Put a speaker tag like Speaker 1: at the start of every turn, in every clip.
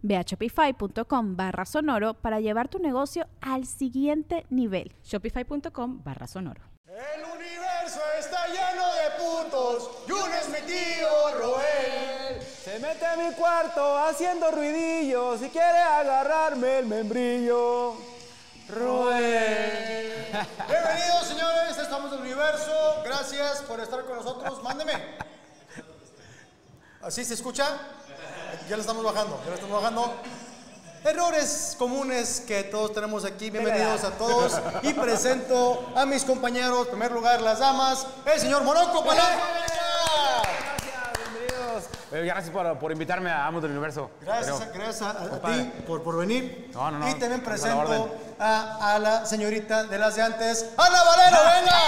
Speaker 1: Ve a shopify.com barra sonoro para llevar tu negocio al siguiente nivel.
Speaker 2: Shopify.com barra sonoro.
Speaker 3: El universo está lleno de putos. Yun es mi tío Roel.
Speaker 4: Se mete a mi cuarto haciendo ruidillo. Si quiere agarrarme el membrillo. Roel.
Speaker 3: Bienvenidos, señores. Estamos en el universo. Gracias por estar con nosotros. Mándeme. ¿Así se escucha? Ya le estamos bajando. Ya le estamos bajando. Errores comunes que todos tenemos aquí. Bienvenidos a todos. Y presento a mis compañeros. En primer lugar, las damas. El señor Moroco Palanco.
Speaker 4: Gracias, bienvenidos. Eh, Graciamos por, por invitarme a Amos del Universo.
Speaker 3: Gracias,
Speaker 4: Pero-
Speaker 3: gracias a, a
Speaker 4: compadre.
Speaker 3: ti por, por venir.
Speaker 4: No, no, no.
Speaker 3: Y también
Speaker 4: Estamos a la
Speaker 3: presento
Speaker 4: orden.
Speaker 3: a, a la señorita de las de antes, Ana Valero, venga.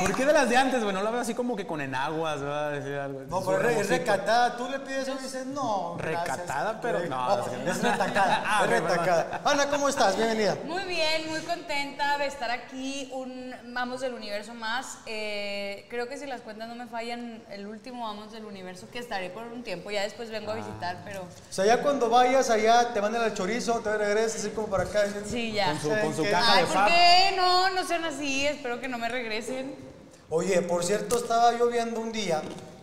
Speaker 4: ¿Por qué de las de antes, güey? No lo veo así como que con enaguas, ¿verdad? Decir algo.
Speaker 3: No, pero es re- es recatada. Tú le pides eso y dices, no. gracias.
Speaker 4: Recatada, pero
Speaker 3: Re-
Speaker 4: no,
Speaker 3: no, pues,
Speaker 4: es que-
Speaker 3: es retacada.
Speaker 4: Ah,
Speaker 3: es
Speaker 4: ok, perdón.
Speaker 3: retacada. Ana, ¿cómo estás? Bienvenida.
Speaker 5: Muy bien, muy contenta de estar aquí, un Vamos del Universo más. Eh, creo que si las cuentas no me fallan, el último Vamos del Universo que estaré por un tiempo, ya después vengo a
Speaker 4: Ah.
Speaker 5: visitar, pero
Speaker 3: O sea, ya cuando vayas allá, te mandan al chorizo, te regresas así como para acá.
Speaker 5: sí, ya.
Speaker 4: Con su, con su
Speaker 3: Ay,
Speaker 4: caja
Speaker 5: Ay,
Speaker 4: de
Speaker 5: ¿por
Speaker 4: fab.
Speaker 5: qué? No, no sean así, espero que no me regresen.
Speaker 3: Oye, por cierto, estaba yo viendo un día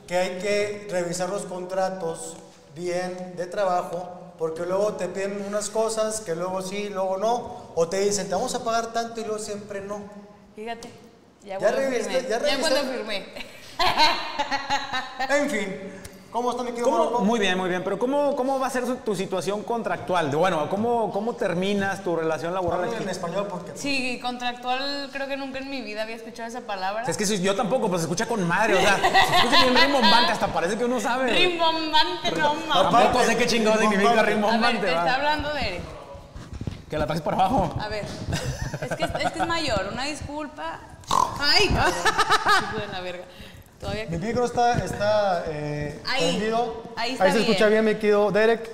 Speaker 3: que hay que revisar los contratos bien de trabajo, porque luego te piden unas cosas que luego sí, luego no, o te dicen, te vamos a pagar tanto y luego siempre no.
Speaker 5: Fíjate, ya,
Speaker 3: Ya
Speaker 5: cuando
Speaker 3: revisé,
Speaker 5: firmé.
Speaker 3: ya revisé.
Speaker 5: cuando firmé.
Speaker 3: En fin, ¿cómo está mi querido
Speaker 4: ¿Cómo?
Speaker 3: Morocco?
Speaker 4: Muy bien, muy bien. Pero ¿cómo, cómo va a ser su- tu situación contractual? De, bueno, ¿cómo, ¿cómo terminas tu relación laboral
Speaker 3: Hablo
Speaker 4: aquí?
Speaker 3: en español porque...
Speaker 5: Sí, contractual, creo que nunca en mi vida había escuchado esa palabra.
Speaker 4: Es que si- yo tampoco, pues se escucha con madre, o sea, se escucha bien rimbombante, hasta parece que uno sabe.
Speaker 5: Rimbombante, no mames.
Speaker 4: Tampoco sé qué chingado
Speaker 3: Rimbombante.
Speaker 4: significa
Speaker 5: A ver,
Speaker 4: rimbombante,
Speaker 5: te está
Speaker 4: va.
Speaker 5: hablando de él.
Speaker 4: Que la traes para abajo.
Speaker 5: A ver, es que es, que es mayor, una disculpa. Ay, cabrón, hijo de la verga. Todavía
Speaker 3: Mi
Speaker 5: que...
Speaker 3: micro está, está eh,
Speaker 5: Ahí,
Speaker 3: prendido.
Speaker 5: ahí está
Speaker 3: se escucha
Speaker 5: bien.
Speaker 3: bien, mi querido Derek.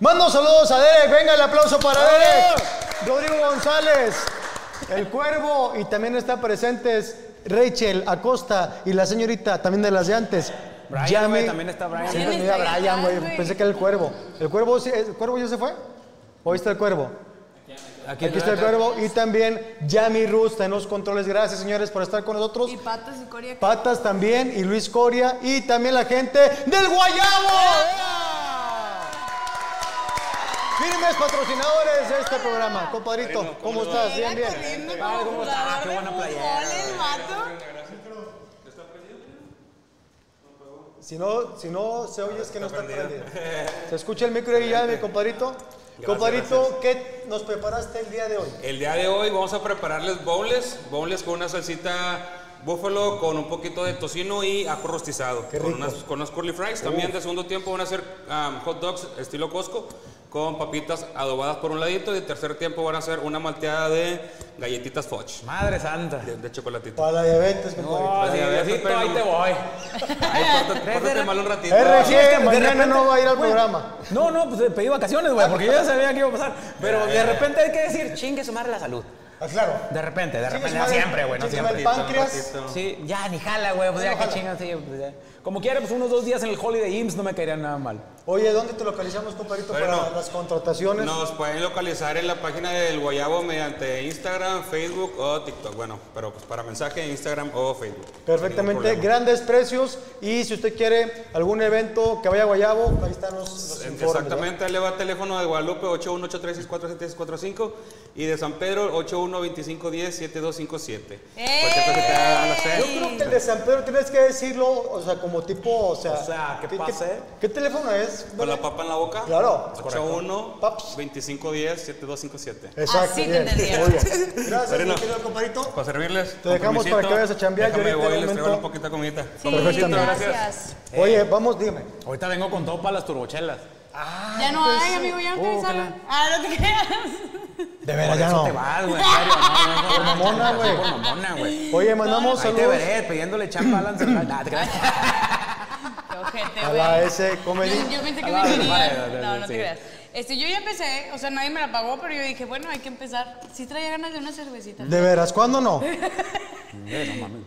Speaker 3: Mando saludos a Derek. Venga, el aplauso para Derek. Rodrigo González, el cuervo. Y también está presentes Rachel Acosta y la señorita también de las de antes.
Speaker 4: Brian,
Speaker 3: Yami.
Speaker 4: güey, también está Brian.
Speaker 3: Siempre
Speaker 5: Brian
Speaker 3: me diga
Speaker 5: está allá
Speaker 3: Brian,
Speaker 5: atrás,
Speaker 3: güey.
Speaker 5: güey.
Speaker 3: Pensé que era el cuervo. ¿El cuervo, sí- el cuervo ya se fue? ¿O ahí está el cuervo? Aquí está el cuervo. Y también Yami Ruz está en los controles. Gracias, señores, por estar con nosotros.
Speaker 5: Y patas y coria.
Speaker 3: Patas también y Luis Coria y también la gente del Guayabo. Firmes patrocinadores de este programa. Compadrito, ¿cómo estás? Bien, bien.
Speaker 5: corriendo como
Speaker 4: ¿cómo está?
Speaker 5: jugador
Speaker 4: Qué
Speaker 5: de
Speaker 4: buena
Speaker 5: fútbol,
Speaker 4: playera.
Speaker 5: el vato.
Speaker 3: Si no, si no se oye es que no está prendido. ¿Se escucha el micro ahí ya, mi compadrito? Compadrito, ¿qué nos preparaste el día de hoy?
Speaker 6: El día de hoy vamos a prepararles bowls, bowls con una salsita búfalo con un poquito de tocino y ajo rostizado.
Speaker 3: Qué
Speaker 6: Con
Speaker 3: rico.
Speaker 6: unas, con unas curly fries. También de segundo tiempo van a hacer um, hot dogs estilo Costco con papitas adobadas por un ladito. Y de tercer tiempo van a hacer una malteada de galletitas fudge
Speaker 4: Madre santa.
Speaker 6: de, de chocolatito.
Speaker 3: Para la diabetes, compadrito.
Speaker 4: No, si Diosito, ahí te voy.
Speaker 6: Ahí, pórtate- pórtate mal un ratito.
Speaker 4: Sí, es que
Speaker 3: RG,
Speaker 4: de
Speaker 3: mañana
Speaker 4: repente-
Speaker 3: no va a ir al
Speaker 4: Güey,
Speaker 3: programa.
Speaker 4: No, no, pues pedí vacaciones, güey, porque yo ya sabía que iba a pasar. Pero
Speaker 3: Eh.
Speaker 4: de repente hay que decir, chingue su madre la salud.
Speaker 3: Ah, claro.
Speaker 4: De repente, de
Speaker 3: Chingue su
Speaker 4: repente, pues, no
Speaker 3: madre,
Speaker 4: siempre, güey, no
Speaker 3: chingue su madre
Speaker 4: siempre.
Speaker 3: el páncreas.
Speaker 4: Sí, ya, ni jala, güey, pues ya, que chingas, sí, pues ya. Como quiera, pues unos dos días en el Holiday Inns no me caería nada mal.
Speaker 3: Oye, ¿dónde te localizamos, compadrito,
Speaker 6: Bueno,
Speaker 3: para las contrataciones?
Speaker 6: Nos pueden localizar en la página del Guayabo mediante Instagram, Facebook o TikTok. Bueno, pero pues para mensaje Instagram o Facebook. sin ningún
Speaker 3: Perfectamente,
Speaker 6: problema.
Speaker 3: grandes precios y si usted quiere algún evento que vaya a Guayabo, ahí están los, los informes. ¿verdad?
Speaker 6: Exactamente, ahí le va el teléfono de Guadalupe 8183647645 y de San Pedro
Speaker 5: ¡Eh!
Speaker 6: 781-2510-7257. Cualquier cosa que te haga la
Speaker 3: Yo
Speaker 6: sed.
Speaker 3: creo que el de San Pedro tienes que decirlo, o sea, como tipo, o sea.
Speaker 4: O sea, ¿qué pasa, eh?
Speaker 3: ¿Qué teléfono es?
Speaker 6: Con la
Speaker 3: Belén?
Speaker 6: papa en la boca.
Speaker 3: Claro. Paps.
Speaker 6: 81-2510-7257.
Speaker 3: Exacto.
Speaker 5: Así te
Speaker 3: bien.
Speaker 5: entendía.
Speaker 3: Muy bien. Gracias,
Speaker 6: Bueno.
Speaker 3: mi querido compadrito.
Speaker 6: Para servirles.
Speaker 3: Te dejamos
Speaker 6: compromisito.
Speaker 3: para que vayas a chambear, yo
Speaker 6: Déjame,
Speaker 3: ahorita
Speaker 6: voy
Speaker 3: en
Speaker 6: y
Speaker 3: un
Speaker 6: les traigo
Speaker 3: momento-
Speaker 6: un poquito de comidita.
Speaker 5: Sí,
Speaker 6: Compromisito,
Speaker 5: gracias.
Speaker 3: Oye, vamos, dime.
Speaker 4: Ahorita vengo con todo para las turbochelas.
Speaker 5: Ya no hay, amigo, ya no
Speaker 4: Oh,
Speaker 5: tienes
Speaker 4: qué
Speaker 5: algo.
Speaker 4: la-
Speaker 5: Ah, no te creas.
Speaker 3: De
Speaker 4: Por
Speaker 3: veras, ya
Speaker 4: eso
Speaker 3: no.
Speaker 4: te vas, güey, en serio. No, no, no,
Speaker 3: Por mamona,
Speaker 4: no,
Speaker 3: güey.
Speaker 4: Por mamona, güey.
Speaker 3: Oye, mandamos
Speaker 4: Ahí te
Speaker 3: saludos
Speaker 4: veré pidiéndole chamba a Alan Cercal. Nah, te creas.
Speaker 5: Qué ojete,
Speaker 3: a
Speaker 5: güey.
Speaker 3: la S Comedy.
Speaker 5: Yo, yo pensé
Speaker 4: Ah,
Speaker 5: que me
Speaker 4: vale,
Speaker 5: querían.
Speaker 4: vale,
Speaker 5: no, no
Speaker 4: sí.
Speaker 5: te creas. Este, yo ya empecé, o sea, nadie me la pagó, pero yo dije, bueno, hay que empezar. Sí traía ganas de una cervecita.
Speaker 3: De veras, ¿cuándo no?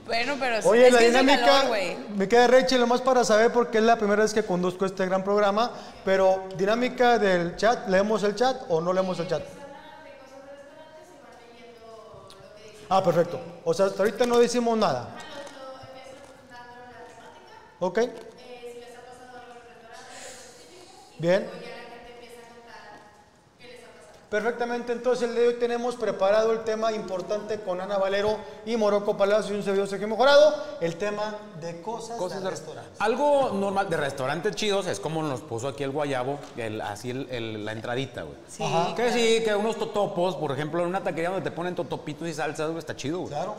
Speaker 5: Bueno, pero sí,
Speaker 3: Oye,
Speaker 5: es
Speaker 3: la
Speaker 5: que es el
Speaker 3: dinámica
Speaker 5: calor, güey.
Speaker 3: me queda reche, nomás para saber, porque es la primera vez que conduzco este gran programa. Pero, dinámica del chat, ¿leemos el chat o no leemos el chat? Ah, perfecto. O sea, hasta ahorita no decimos nada. Ok.
Speaker 5: Eh,
Speaker 3: Bien. Perfectamente, entonces el día de hoy tenemos preparado el tema importante con Ana Valero y Morocco Palacio y un servidor Sergio Mejorado, el tema de cosas,
Speaker 4: Cosas
Speaker 3: de
Speaker 4: de
Speaker 3: restaurante.
Speaker 4: Algo normal de restaurantes chidos es como nos puso aquí el guayabo, el- así el- el- la entradita, güey. Ah,
Speaker 5: Sí,
Speaker 4: Que sí, que unos totopos, por ejemplo, en una taquería donde te ponen totopitos y salsas, güey, está chido, güey.
Speaker 3: Claro.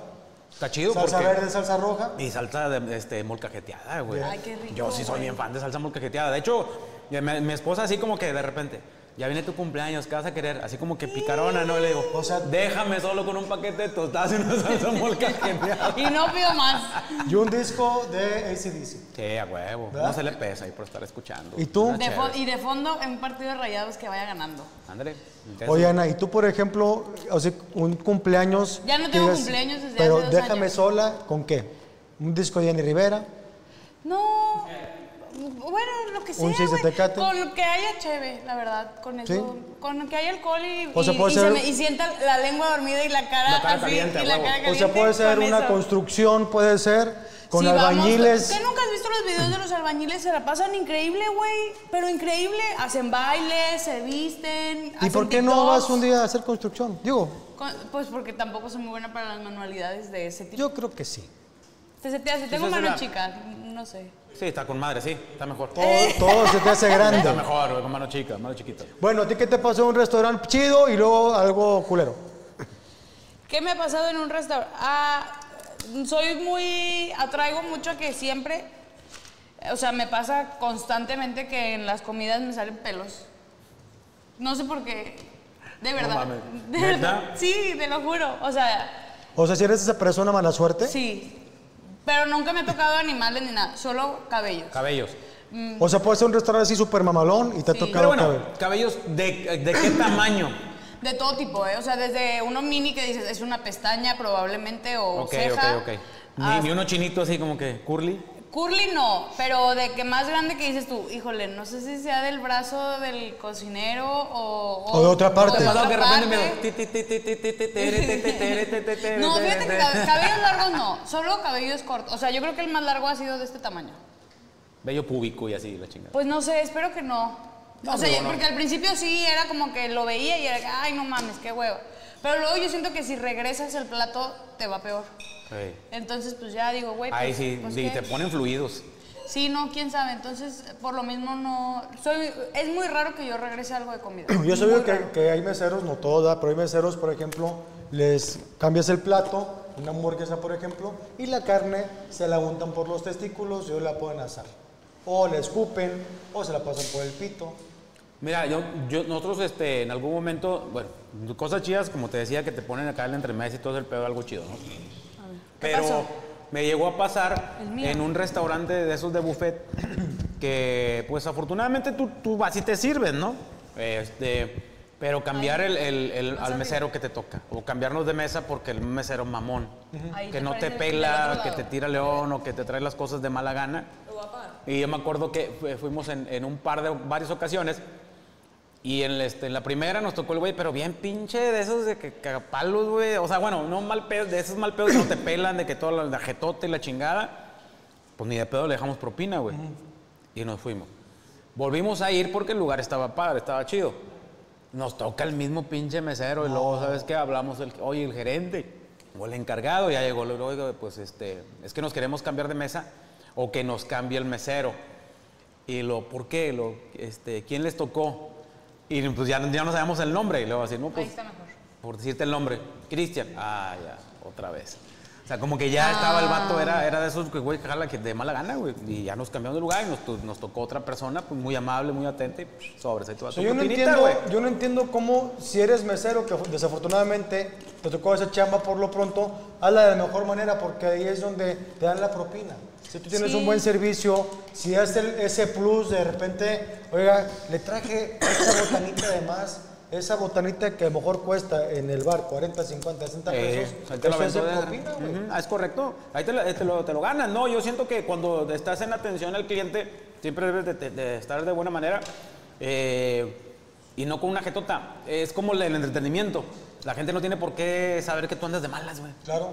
Speaker 4: Está chido
Speaker 3: Salsa
Speaker 4: porque...
Speaker 3: verde, salsa roja.
Speaker 4: Y salsa de, este, molcajeteada, güey.
Speaker 5: Ay, qué rico,
Speaker 4: Yo sí soy
Speaker 5: güey.
Speaker 4: bien fan de salsa molcajeteada. De hecho, ya me- mi, esposa así como que de repente, ya viene tu cumpleaños, ¿qué vas a querer? Así como que picarona, ¿no? Y Le digo,
Speaker 3: O sea-
Speaker 4: déjame solo con un paquete de tostadas y una salsa molcajeteada.
Speaker 5: Y no pido más.
Speaker 3: Y un disco de ACDC.
Speaker 4: Sí, a huevo.
Speaker 3: ¿Verdad?
Speaker 4: No se le pesa ahí por estar escuchando.
Speaker 3: ¿Y tú?
Speaker 4: Una
Speaker 5: De fo-
Speaker 4: chévere.
Speaker 5: y de fondo, en un partido de rayados que vaya ganando.
Speaker 4: Ándale. Entonces,
Speaker 3: Oye, Ana, y tú, por ejemplo, o sea, un cumpleaños.
Speaker 5: Ya no
Speaker 3: que
Speaker 5: tengo cumpleaños desde
Speaker 3: Pero
Speaker 5: hace dos
Speaker 3: déjame
Speaker 5: años.
Speaker 3: sola, ¿con qué? Un disco de Jenny Rivera.
Speaker 5: No. Bueno, lo que sea.
Speaker 3: Un seis de
Speaker 5: güey.
Speaker 3: Tecate.
Speaker 5: Con lo que haya cheve, la verdad. Con eso.
Speaker 3: Sí.
Speaker 5: Con lo que haya alcohol y,
Speaker 3: O sea,
Speaker 5: y-
Speaker 3: puede
Speaker 5: y
Speaker 3: ser-
Speaker 5: me- y sienta la lengua dormida y la cara,
Speaker 4: La cara
Speaker 5: así.
Speaker 4: caliente,
Speaker 5: y la
Speaker 4: huevo.
Speaker 5: cara
Speaker 3: O
Speaker 5: caliente.
Speaker 3: sea, puede ser
Speaker 5: con
Speaker 3: una
Speaker 5: eso.
Speaker 3: construcción, puede ser con
Speaker 5: Sí, vamos,
Speaker 3: albañiles.
Speaker 5: ¿Qué nunca has visto los videos de los albañiles? Se la pasan increíble, güey. Pero increíble. Hacen bailes, se visten.
Speaker 3: ¿Y
Speaker 5: hacen
Speaker 3: por qué no
Speaker 5: TikToks.
Speaker 3: vas un día a hacer construcción? Digo,
Speaker 5: Con- Pues porque tampoco soy muy buena para las manualidades de ese tipo.
Speaker 3: yo creo que sí.
Speaker 5: Te- se te hace- Tengo
Speaker 4: Quizás
Speaker 5: mano
Speaker 4: era-
Speaker 5: chica, no sé.
Speaker 4: Sí, está con madre, sí. Está mejor.
Speaker 3: Todo,
Speaker 5: Eh,
Speaker 3: todo se te hace grande.
Speaker 4: Está mejor, güey, con mano chica, mano chiquita.
Speaker 3: Bueno, ¿a ti qué te pasó en un restaurante chido y luego algo culero?
Speaker 5: ¿Qué me ha pasado en un restaurante? Ah, soy muy. Atraigo mucho a que siempre. O sea, me pasa constantemente que en las comidas me salen pelos. No sé por qué. De verdad.
Speaker 4: mames.
Speaker 5: De
Speaker 4: ¿Neta?
Speaker 5: verdad. Sí, te lo juro. O sea,
Speaker 3: O sea, si eres esa persona mala suerte.
Speaker 5: sí. Pero nunca me ha tocado animales ni nada, solo cabellos.
Speaker 4: Cabellos.
Speaker 3: O sea, puede ser un restaurante así súper mamalón y te ha
Speaker 5: Sí.
Speaker 3: tocado
Speaker 4: Pero bueno,
Speaker 3: cabello.
Speaker 4: cabellos de, de qué tamaño.
Speaker 5: De todo tipo, ¿eh? O sea, desde uno mini que dices es una pestaña probablemente o
Speaker 4: Ok,
Speaker 5: ceja.
Speaker 4: ok, ok. Ni,
Speaker 5: hasta-
Speaker 4: ni uno chinito así como que curly.
Speaker 5: Curly no, pero de que más grande que dices tú, híjole, no sé si sea del brazo del cocinero o...
Speaker 3: O de otra parte.
Speaker 5: o
Speaker 4: ¿Te
Speaker 5: de
Speaker 4: ha pasado que
Speaker 5: otra
Speaker 4: de repente
Speaker 5: parte.
Speaker 4: me- ti, ti, ti, ti, ti, ti, ti, tere, te, te, tere, te, te, te,
Speaker 5: No,
Speaker 4: te,
Speaker 5: fíjate
Speaker 4: te.
Speaker 5: que cab- cabellos largos no, solo cabellos cortos. O sea, yo creo que el más largo ha sido de este tamaño.
Speaker 4: Bello púbico y así, la chingada.
Speaker 5: Pues no sé, espero que no.
Speaker 4: No,
Speaker 5: o sea,
Speaker 4: digo, no.
Speaker 5: porque al principio sí era como que lo veía y era, ay, no mames, qué hueva. Pero luego yo siento que si regresas el plato, te va peor.
Speaker 4: Ey.
Speaker 5: Entonces, pues ya digo, güey,
Speaker 4: Ahí
Speaker 5: pues-
Speaker 4: sí,
Speaker 5: pues,
Speaker 4: y
Speaker 5: ¿qué?
Speaker 4: te ponen fluidos.
Speaker 5: Sí, no, quién sabe. Entonces, por lo mismo no. Soy, es muy raro que yo regrese algo de comida.
Speaker 3: Yo
Speaker 5: Muy
Speaker 3: sabía que,
Speaker 5: raro.
Speaker 3: que hay meseros, no todos, ¿verdad? pero hay meseros, por ejemplo, les cambias el plato, una hamburguesa, por ejemplo, y la carne se la untan por los testículos y ellos la pueden asar. O la escupen, o se la pasan por el pito.
Speaker 4: Mira, yo, yo- nosotros este, en algún momento, bueno, cosas chidas, como te decía, que te ponen acá en la entremesa y todo el pedo, algo chido, ¿no? Pero
Speaker 5: pasó?
Speaker 4: me llegó a pasar
Speaker 5: El mío.
Speaker 4: en un restaurante de esos de buffet que, pues afortunadamente tú, tú vas y te sirves, ¿no? Este, pero cambiar el, el- el- al mesero que te toca, o cambiarnos de mesa porque el mesero mamón,
Speaker 5: Ahí
Speaker 4: que
Speaker 5: te
Speaker 4: no te
Speaker 5: parece del
Speaker 4: pela,
Speaker 5: otro
Speaker 4: que
Speaker 5: lado.
Speaker 4: te tira león o que te trae las cosas de mala gana. Y yo me acuerdo que fu- fuimos en, en un par de varias ocasiones y en, la- este, en la primera nos tocó el güey, pero bien pinche de esos de que cagapalos, güey. O sea, bueno, no mal pedo, de esos mal pedos que no te pelan, de que todo la, la jetota y la chingada. Pues ni de pedo le dejamos propina, güey. Y nos fuimos. Volvimos a ir porque el lugar estaba padre, estaba chido. nos toca el mismo pinche mesero y luego, ¿sabes qué? Hablamos, el, oye, el gerente o el encargado, ya llegó, luego, oiga, pues este, es que nos queremos cambiar de mesa o que nos cambie el mesero. Y lo, ¿por qué? Lo, este, ¿Quién les tocó? Y pues ya, ya no sabemos el nombre. Y luego así, no, pues,
Speaker 5: está mejor.
Speaker 4: por decirte el nombre, Cristian. Ah, ya, otra vez. O sea, como que ya estaba el vato, era, era de esos que, güey, jala que de mala gana, güey. Y ya nos cambiamos de lugar y nos, to- nos tocó otra persona, pues muy amable, muy atenta y pues, sobres, ahí te va
Speaker 3: O
Speaker 4: tu
Speaker 3: sea, yo, no
Speaker 4: propinita,
Speaker 3: entiendo,
Speaker 4: güey.
Speaker 3: yo no entiendo cómo, si eres mesero, que desafortunadamente te tocó esa chamba por lo pronto, hazla de la mejor manera porque ahí es donde te dan la propina. Si tú tienes
Speaker 5: Sí.
Speaker 3: un buen servicio, si das el- ese plus de repente, oiga, le traje esta botanita de más, esa botanita que a lo mejor cuesta en el bar 40, 50, 60 pesos,
Speaker 4: Eh, ahí te lo
Speaker 3: eso es de
Speaker 4: aventó de-
Speaker 3: propina, güey.
Speaker 4: Ujú, ah, es correcto. Ahí te, lo- te lo, te lo ganas, ¿no? Yo siento que cuando estás en atención al cliente, siempre debes de, de- de estar de buena manera eh, y no con una jetota. Es como el, el entretenimiento. La gente no tiene por qué saber que tú andas de malas, güey.
Speaker 3: Claro.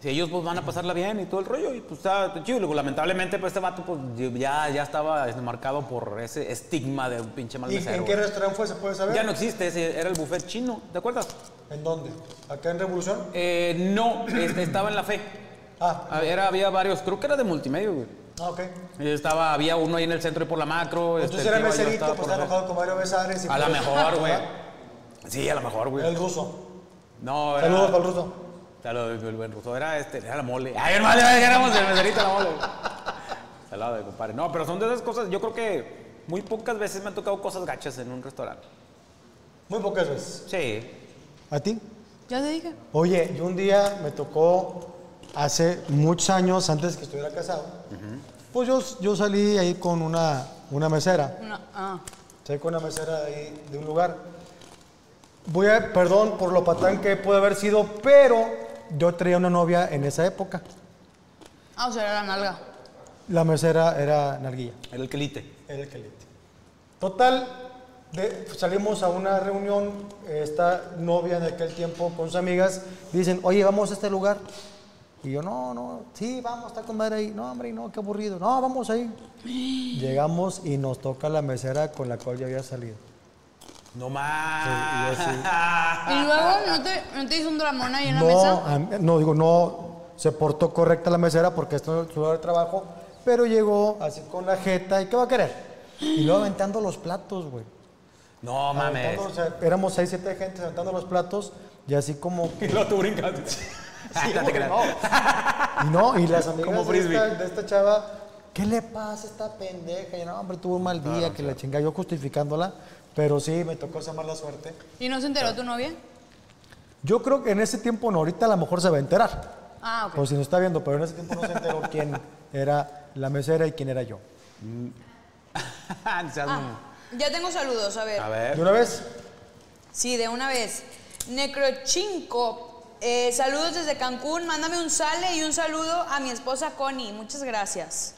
Speaker 4: Si ellos pues van a pasarla bien y todo el rollo, y pues está chido. Y luego, lamentablemente, pues este vato pues ya, ya estaba marcado por ese estigma de un pinche mal
Speaker 3: ¿Y
Speaker 4: mesero,
Speaker 3: en qué
Speaker 4: güey.
Speaker 3: restaurante fue? ¿Se puede saber?
Speaker 4: Ya no existe, ese era el buffet chino, ¿te acuerdas?
Speaker 3: ¿En dónde? ¿Acá en Revolución?
Speaker 4: Eh, no, este, estaba en la fe.
Speaker 3: Ah,
Speaker 4: Ah, Era, había varios, creo que era de multimedia, güey.
Speaker 3: ah, ok.
Speaker 4: Estaba, había uno ahí en el centro y por la macro. este,
Speaker 3: Entonces era
Speaker 4: el tío yo
Speaker 3: meserito,
Speaker 4: estaba
Speaker 3: pues
Speaker 4: por
Speaker 3: está
Speaker 4: la-
Speaker 3: enojado con Mario Besares. y
Speaker 4: A lo
Speaker 3: por eso.
Speaker 4: mejor, güey. Sí, a lo mejor, güey.
Speaker 3: El ruso.
Speaker 4: No, era.
Speaker 3: Saludos para el ruso.
Speaker 4: Saludos, el buen ruso. Era este, era la mole. Ay, hermano, ya éramos el meserito de la mole. Salado de compadre. No, pero son de esas cosas. Yo creo que muy pocas veces me han tocado cosas gachas en un restaurante.
Speaker 3: Muy pocas veces.
Speaker 4: Sí.
Speaker 3: ¿A ti?
Speaker 5: Ya te dije.
Speaker 3: Oye, yo un día me tocó, hace muchos años, antes que estuviera casado, pues yo, yo salí ahí con una, una mesera.
Speaker 5: No, ah.
Speaker 3: Salí con una mesera de ahí de un lugar. Voy a, perdón por lo patán que puede haber sido, pero yo traía una novia en esa época.
Speaker 5: Ah, o sea, era la nalga.
Speaker 3: La mesera era Narguilla.
Speaker 4: Era el quelite.
Speaker 3: Era el Kelete. Total, de- salimos a una reunión, esta novia de aquel tiempo con sus amigas, dicen, oye, vamos a este lugar. Y yo, no, no, sí, vamos, está con madre ahí. No, hombre, y no, qué aburrido. No, vamos ahí. Llegamos y nos toca la mesera con la cual yo había salido.
Speaker 4: No
Speaker 3: Sí,
Speaker 4: más.
Speaker 3: yo sí.
Speaker 4: Ah.
Speaker 5: Y luego, ¿no te, ¿no te hizo un dramón ahí en la
Speaker 3: No,
Speaker 5: mesa?
Speaker 3: a mí- no, digo, no se portó correcta la mesera porque esto es su lugar de trabajo, pero llegó así con la jeta y ¿qué va a querer? Y luego aventando los platos, güey.
Speaker 4: No mames.
Speaker 3: Aventando, o sea, éramos seis, siete gente aventando los platos y así como...
Speaker 4: Y lo tú brincando. No te creas.
Speaker 3: Y no, y las amigas
Speaker 4: Como
Speaker 3: de,
Speaker 4: frisbee.
Speaker 3: esta, de esta chava, ¿qué le pasa a esta pendeja? Y no, hombre, tuvo un mal día, que la chinga yo justificándola, pero sí, me tocó esa mala suerte.
Speaker 5: ¿Y no se enteró tu novia?
Speaker 3: Yo creo que en ese tiempo, no, ahorita a lo mejor se va a enterar.
Speaker 5: Ah, ok.
Speaker 3: O si nos está viendo, pero en ese tiempo no se enteró quién era la mesera y quién era yo.
Speaker 4: Ah, seas mamón.
Speaker 5: Ya tengo saludos, a ver.
Speaker 4: A ver.
Speaker 3: De una vez,
Speaker 5: Sí, de una vez. Necrochinco, eh, saludos desde Cancún. Mándame un sale y un saludo a mi esposa Connie. Muchas gracias.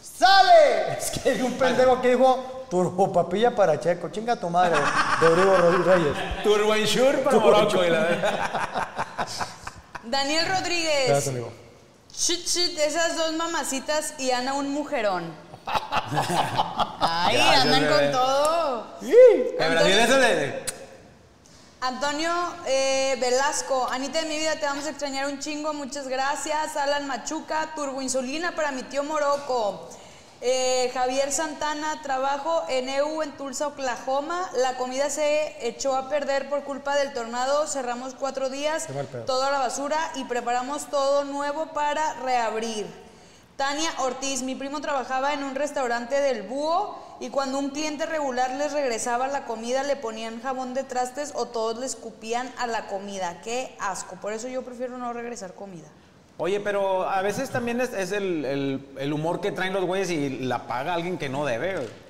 Speaker 3: ¡sale! Es que hay un pendejo que dijo, turbopapilla para Checo, chinga tu madre, de Origo Ro- Reyes.
Speaker 4: Turbo Insure para Morocho. y la-
Speaker 5: Daniel Rodríguez.
Speaker 3: Gracias, amigo.
Speaker 5: Shit, shit, esas dos mamacitas y Ana un mujerón. Ay,
Speaker 4: Gracias,
Speaker 5: andan con
Speaker 4: bebé.
Speaker 5: todo.
Speaker 4: En Brasil eso de...
Speaker 5: Antonio eh, Velasco, Anita de mi vida, te vamos a extrañar un chingo, muchas gracias. Alan Machuca, turboinsulina para mi tío Moroco. Eh, Javier Santana, trabajo en EU en Tulsa, Oklahoma. La comida se echó a perder por culpa del tornado. Cerramos cuatro días,
Speaker 3: Qué mal pedo.
Speaker 5: todo a la basura y preparamos todo nuevo para reabrir. Tania Ortiz, mi primo trabajaba en un restaurante del Búho y cuando un cliente regular les regresaba la comida le ponían jabón de trastes o todos le escupían a la comida. Qué asco, por eso yo prefiero no regresar comida.
Speaker 4: Oye, pero a veces también es, es el, el- el humor que traen los güeyes y la paga alguien que no debe. güey.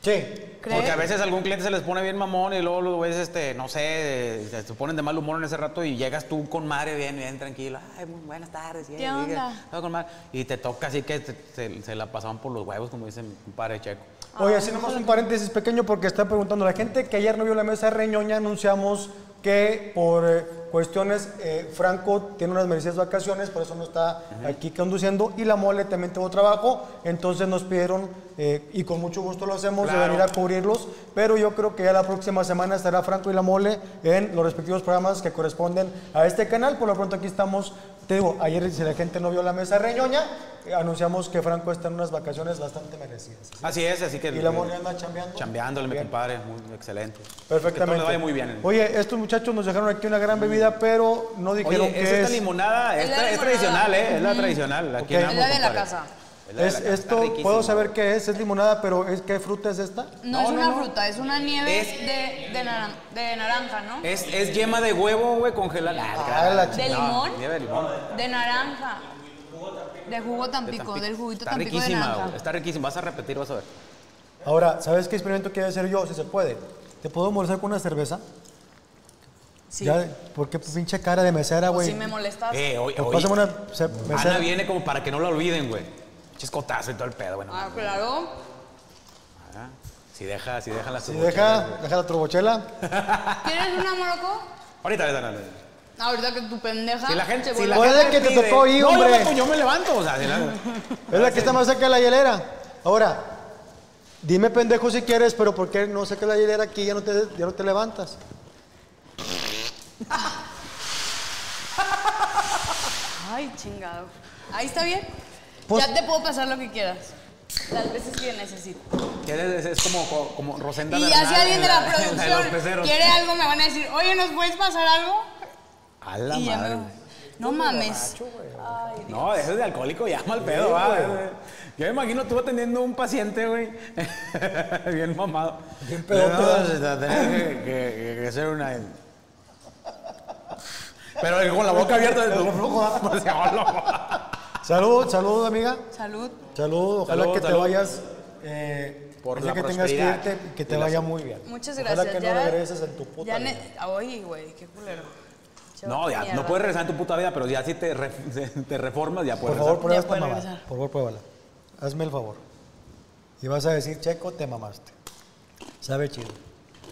Speaker 3: Sí,
Speaker 4: Porque a veces algún cliente se les pone bien mamón y luego los güeyes, este, no sé, se, se ponen de mal humor en ese rato y llegas tú con madre bien, bien tranquilo. Ay, muy buenas tardes. ¿Qué
Speaker 5: onda?
Speaker 4: con madre. Y te toca así que te- se, se la pasaban por los huevos, como dice mi compadre Checo.
Speaker 3: Oye, así nomás un paréntesis pequeño porque está preguntando la gente que ayer no vio la mesa de Reñoña, anunciamos que por eh, cuestiones, eh, Franco tiene unas merecidas vacaciones, por eso no está aquí conduciendo, y la mole también tuvo trabajo, entonces nos pidieron, eh, y con mucho gusto lo hacemos, de
Speaker 4: Claro.
Speaker 3: venir a cubrirlos, pero yo creo que ya la próxima semana estará Franco y la mole en los respectivos programas que corresponden a este canal, por lo pronto aquí estamos, te digo, ayer si la gente no vio la mesa reñoña, eh, anunciamos que Franco está en unas vacaciones bastante merecidas.
Speaker 4: Así es, así que.
Speaker 3: Y la mole anda chambeando.
Speaker 4: Chambeándole, mi
Speaker 3: Bien.
Speaker 4: compadre. Muy excelente. Que todo
Speaker 3: Perfectamente.
Speaker 4: le vaya muy bien. eh.
Speaker 3: Oye, estos muchachos nos dejaron aquí una gran bebida, pero no dijeron
Speaker 4: Oye,
Speaker 3: que
Speaker 4: es esta
Speaker 3: es.
Speaker 4: limonada,
Speaker 5: Es
Speaker 4: esta- es,
Speaker 5: la limonada.
Speaker 4: tradicional, ¿eh? Es la tradicional. Aquí en
Speaker 3: Ok.
Speaker 5: Es
Speaker 4: ambos,
Speaker 5: la de la
Speaker 4: compadre.
Speaker 5: casa.
Speaker 4: Es la de
Speaker 3: Es
Speaker 4: la casa, está
Speaker 3: esto, puedo
Speaker 4: riquísimo.
Speaker 3: saber qué es, es limonada, pero es qué fruta es esta.
Speaker 4: No,
Speaker 5: No, es
Speaker 4: no,
Speaker 5: una
Speaker 4: no.
Speaker 5: fruta, es una nieve
Speaker 4: Es-
Speaker 5: de, de, naran- de naranja, ¿no?
Speaker 4: Es, es yema de huevo, güey, congelada.
Speaker 3: Ah, la
Speaker 5: ¿De
Speaker 3: ch-
Speaker 5: limón?
Speaker 4: Nieve de limón.
Speaker 5: De naranja. De jugo tampico, del juguito
Speaker 4: Está
Speaker 5: tampico de
Speaker 4: riquísima, güey,
Speaker 5: naranja.
Speaker 4: está riquísima. Vas a repetir, vas a ver.
Speaker 3: Ahora, ¿sabes qué experimento quiero hacer yo? Si se puede. ¿Te puedo molestar con una cerveza?
Speaker 5: Sí. Pues
Speaker 3: Ya, ¿Por qué pinche cara de mesera, güey?
Speaker 5: Si me molestas.
Speaker 4: Eh, oye,
Speaker 3: Pues
Speaker 4: oye,
Speaker 3: pásame una ce- mesera.
Speaker 4: Ana viene como para que no la olviden, güey. Chiscotazo y todo el pedo, bueno.
Speaker 5: Ah, claro.
Speaker 4: Ah, Si deja, si deja las
Speaker 3: Si
Speaker 4: turbochelas,
Speaker 3: deja,
Speaker 4: güey.
Speaker 3: deja la turbochela.
Speaker 5: ¿Quieres una moroco?
Speaker 4: Ahorita, ahorita, no, no.
Speaker 5: Ahorita que tu pendeja.
Speaker 4: Si la gente.
Speaker 5: se
Speaker 4: Si
Speaker 5: vuelve-
Speaker 4: la
Speaker 3: Puede
Speaker 4: gente
Speaker 3: que te
Speaker 4: pide-
Speaker 3: tocó ahí,
Speaker 4: no,
Speaker 3: hombre.
Speaker 4: Yo me, yo me levanto, o sea, si la-
Speaker 3: Es la que está más cerca de la hielera. Ahora, dime pendejo si quieres, pero ¿por qué no sacas la hielera aquí y ya no te, ya no te levantas?
Speaker 5: Ay, chingado. Ahí está bien.
Speaker 3: Pues-
Speaker 5: ya te puedo pasar lo que quieras. Las veces que necesito.
Speaker 4: Es, es como, como, como Rosenda
Speaker 5: Y ya
Speaker 4: Bernal
Speaker 5: si alguien
Speaker 4: en
Speaker 5: de la
Speaker 4: en de los
Speaker 5: producción
Speaker 4: peceros.
Speaker 5: quiere algo, me van a decir, oye, ¿nos puedes pasar algo?
Speaker 4: A la
Speaker 5: y ya me
Speaker 4: madre.
Speaker 5: voy. No mames.
Speaker 4: No, ese de alcohólico ya mal pedo, va. Yo me imagino tú atendiendo un paciente, güey. Bien mamado. Bien
Speaker 3: pedote,
Speaker 4: tener que, que- que hacer una. Pero con la boca abierta de los flujos.
Speaker 3: Salud, salud, amiga.
Speaker 5: Salud.
Speaker 3: Salud, ojalá
Speaker 4: Salud,
Speaker 3: que te
Speaker 4: salud.
Speaker 3: vayas. eh,
Speaker 4: Por
Speaker 3: por
Speaker 4: la
Speaker 3: que tengas que
Speaker 4: prosperidad
Speaker 3: irte, que te
Speaker 4: y la
Speaker 3: vaya
Speaker 4: salud.
Speaker 3: muy bien.
Speaker 5: Muchas
Speaker 3: Ojalá
Speaker 5: gracias.
Speaker 3: que
Speaker 5: ya,
Speaker 3: no regreses en tu puta.
Speaker 5: ya
Speaker 3: vida.
Speaker 5: ne- Oye, güey, qué culero.
Speaker 4: No, ya, no puedes regresar en tu puta vida, pero ya si te, ref- te reformas, ya
Speaker 3: Por
Speaker 4: puedes.
Speaker 3: favor,
Speaker 4: regresar.
Speaker 3: prueba
Speaker 5: Ya
Speaker 3: esta
Speaker 5: puede
Speaker 3: mamada.
Speaker 5: regresar.
Speaker 3: Por favor, pruébala. Hazme el favor. Y vas a decir, Checo, te mamaste. Sabe chido.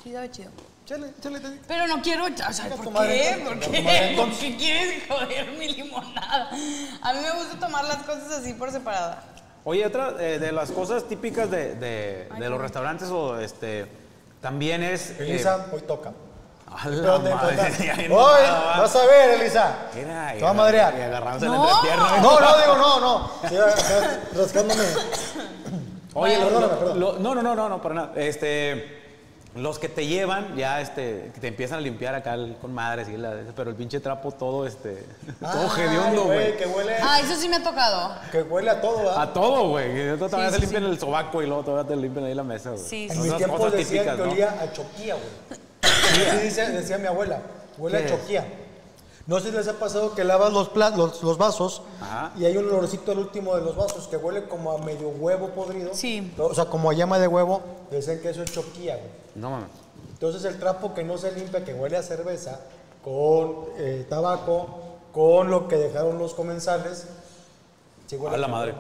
Speaker 5: Chido, chido.
Speaker 3: Chale, chale, te digo.
Speaker 5: Pero no quiero, o sea,
Speaker 3: Venga,
Speaker 5: ¿por
Speaker 3: tu madre,
Speaker 5: qué?
Speaker 3: entonces,
Speaker 5: ¿Por
Speaker 3: venga, tu madre,
Speaker 5: qué? ¿Por
Speaker 3: entonces.
Speaker 5: qué quieres joder mi limonada? A mí me gusta tomar las cosas así por separada.
Speaker 4: Oye, otra eh, de las cosas típicas de, de- de los restaurantes o este. También es. eh,
Speaker 3: Elisa, hoy toca.
Speaker 4: a la
Speaker 3: Pero te
Speaker 4: madre,
Speaker 3: falta-
Speaker 4: ya bien
Speaker 3: Hoy
Speaker 4: mamado, va.
Speaker 3: vas a ver, Elisa.
Speaker 4: Mira,
Speaker 3: Te
Speaker 4: y
Speaker 3: va a
Speaker 4: agarra- Y
Speaker 3: madrear.
Speaker 4: agarrándose
Speaker 5: No.
Speaker 4: la entrepierna.
Speaker 3: No, no, digo, no, no. Sí, acá rascándome.
Speaker 4: Oye, lo-
Speaker 3: Perdóname,
Speaker 4: lo-
Speaker 3: perdón.
Speaker 4: lo- no, no, no, no, no, para nada. Este, los que te llevan, ya este, que te empiezan a limpiar acá el- con madres y la, pero el pinche trapo todo, este, todo
Speaker 3: Ay,
Speaker 4: hediondo, güey.
Speaker 3: Que huele,
Speaker 5: Ah, eso sí me ha tocado.
Speaker 3: que huele a todo, ¿ah?
Speaker 4: A todo, güey. Y luego Todavía
Speaker 5: Sí,
Speaker 4: se
Speaker 5: sí,
Speaker 4: limpian el sobaco y luego todavía te limpian ahí la mesa, güey.
Speaker 5: Sí, sí.
Speaker 4: Son
Speaker 3: En mis
Speaker 4: unas
Speaker 3: tiempos
Speaker 4: cosas
Speaker 3: decían
Speaker 4: típicas,
Speaker 3: que
Speaker 4: ¿no?
Speaker 3: olía a choquía, güey. Así dice- decía mi abuela, huele a
Speaker 4: ¿Qué?
Speaker 3: choquía. No sé si les ha pasado que lavas los, pla- los, los vasos
Speaker 4: Ajá.
Speaker 3: y hay un olorcito al último de los vasos que huele como a medio huevo podrido.
Speaker 5: Sí.
Speaker 3: O sea, como a llama de huevo. Decían que eso es choquía, güey.
Speaker 4: No mames.
Speaker 3: Entonces el trapo que no se limpia, que huele a cerveza, con eh, tabaco, con lo que dejaron los comensales. sí huele
Speaker 4: A la madre.